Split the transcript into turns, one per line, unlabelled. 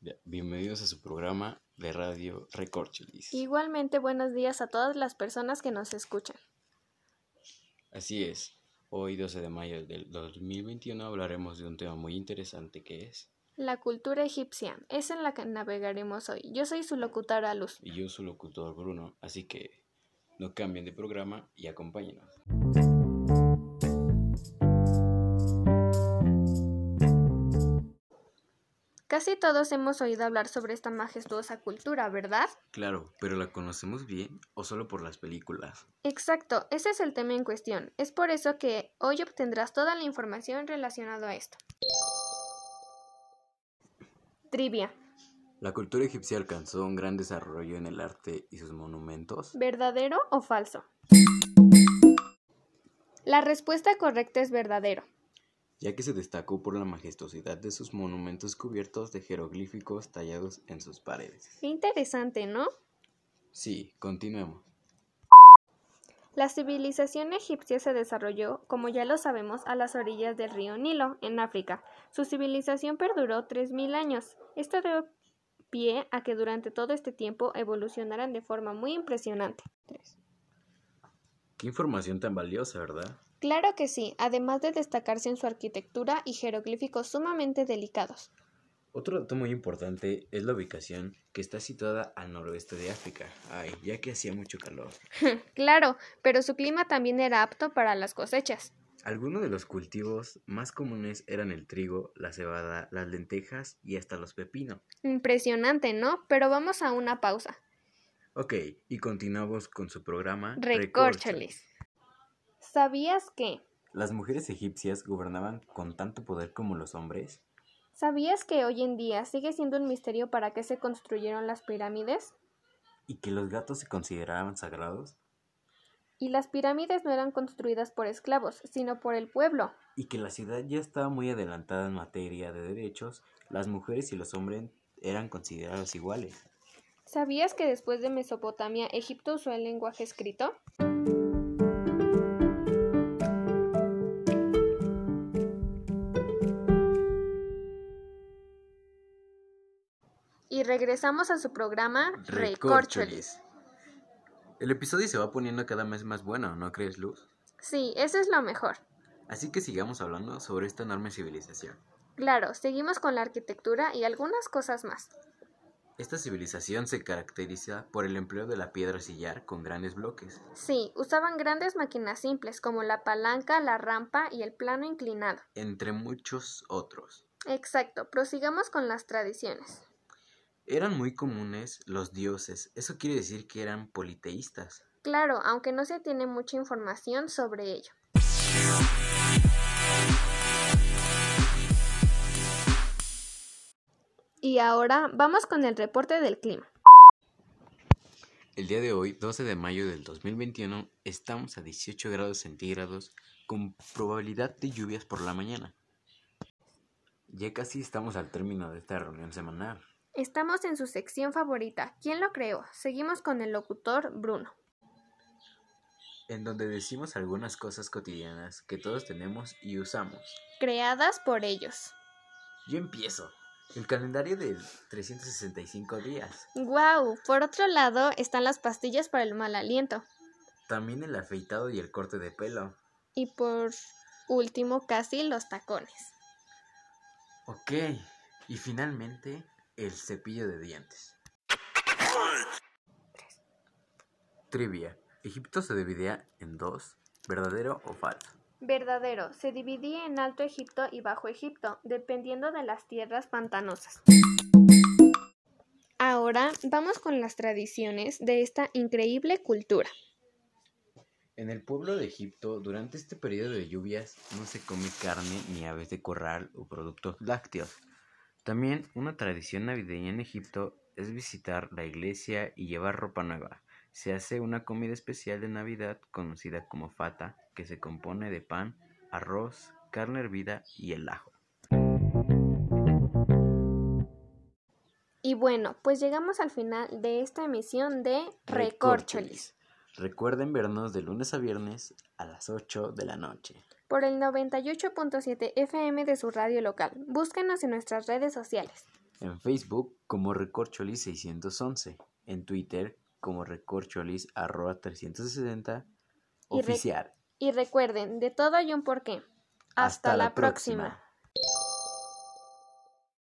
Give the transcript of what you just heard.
Ya, Bienvenidos a su programa de radio Recorcholis.
Igualmente, buenos días a todas las personas que nos escuchan.
Así es, hoy 12 de mayo del 2021 hablaremos de un tema muy interesante que es,
La cultura egipcia es en la que navegaremos hoy. Yo soy su locutora Luz.
y yo su locutor Bruno, así que no cambien de programa y acompáñenos.
Casi todos hemos oído hablar sobre esta majestuosa cultura, ¿verdad?
Claro, pero ¿la conocemos bien o solo por las películas?
Exacto, ese es el tema en cuestión. Es por eso que hoy obtendrás toda la información relacionada a esto. Trivia.
La cultura egipcia alcanzó un gran desarrollo en el arte y sus monumentos.
¿Verdadero o falso? La respuesta correcta es verdadero.
ya que se destacó por la majestuosidad de sus monumentos cubiertos de jeroglíficos tallados en sus paredes.
Qué interesante, ¿no?
Sí, continuemos.
La civilización egipcia se desarrolló, como ya lo sabemos, a las orillas del río Nilo, en África. Su civilización perduró 3.000 años. Esto dio pie a que durante todo este tiempo evolucionaran de forma muy impresionante.
Qué información tan valiosa, ¿verdad?
Claro que sí, además de destacarse en su arquitectura y jeroglíficos sumamente delicados.
Otro dato muy importante es la ubicación, que está situada al noroeste de África. Ay, ya que hacía mucho calor.
Claro, pero su clima también era apto para las cosechas.
Algunos de los cultivos más comunes eran el trigo, la cebada, las lentejas y hasta los pepinos.
Impresionante, ¿no? Pero vamos a una pausa.
Ok, y continuamos con su programa Recorcholis.
Recorcholis. ¿Sabías que?
¿Las mujeres egipcias gobernaban con tanto poder como los hombres?
¿Sabías que hoy en día sigue siendo un misterio para qué se construyeron las pirámides?
¿Y que los gatos se consideraban sagrados?
Y las pirámides no eran construidas por esclavos, sino por el pueblo.
y que la ciudad ya estaba muy adelantada en materia de derechos, las mujeres y los hombres eran considerados iguales.
¿Sabías que después de Mesopotamia, Egipto usó el lenguaje escrito? Y regresamos a su programa Recorcholis.
El episodio se va poniendo cada mes más bueno, ¿no crees, Luz?
Sí, eso es lo mejor.
Así que sigamos hablando sobre esta enorme civilización.
Claro, seguimos con la arquitectura y algunas cosas más.
Esta civilización se caracteriza por el empleo de la piedra sillar con grandes bloques.
Sí, usaban grandes máquinas simples como la palanca, la rampa y el plano inclinado.
entre muchos otros.
Exacto, prosigamos con las tradiciones.
Eran muy comunes los dioses, eso quiere decir que eran politeístas.
Claro, aunque no se tiene mucha información sobre ello. Y ahora vamos con el reporte del clima.
El día de hoy, 12 de mayo del 2021, estamos a 18 grados centígrados con probabilidad de lluvias por la mañana. Ya casi estamos al término de esta reunión semanal.
Estamos en su sección favorita, ¿quién lo creó? Seguimos con el locutor Bruno.
En donde decimos algunas cosas cotidianas que todos tenemos y usamos.
Creadas por ellos.
Yo empiezo. El calendario de 365 días.
¡Guau! Por otro lado están las pastillas para el mal aliento.
También el afeitado y el corte de pelo.
Y por último, casi los tacones.
Ok. Y finalmente, el cepillo de dientes. Trivia. Egipto se dividía en dos, verdadero o falso.
Verdadero, se dividía en Alto Egipto y Bajo Egipto, dependiendo de las tierras pantanosas. Ahora vamos con las tradiciones de esta increíble cultura.
En el pueblo de Egipto, durante este periodo de lluvias, no se come carne ni aves de corral o productos lácteos. También una tradición navideña en Egipto es visitar la iglesia y llevar ropa nueva. Se hace una comida especial de Navidad conocida como fata, que se compone de pan, arroz, carne hervida y el ajo.
Y bueno, pues llegamos al final de esta emisión de Recorcholis
Recuerden vernos de lunes a viernes a las 8 de la noche.
por el 98.7 FM de su radio local. Búsquenos en nuestras redes sociales.
en Facebook como Recorcholis611, en Twitter como Recorcholis360
Y re-
oficial.
Y recuerden, de todo hay un porqué. Hasta, la próxima.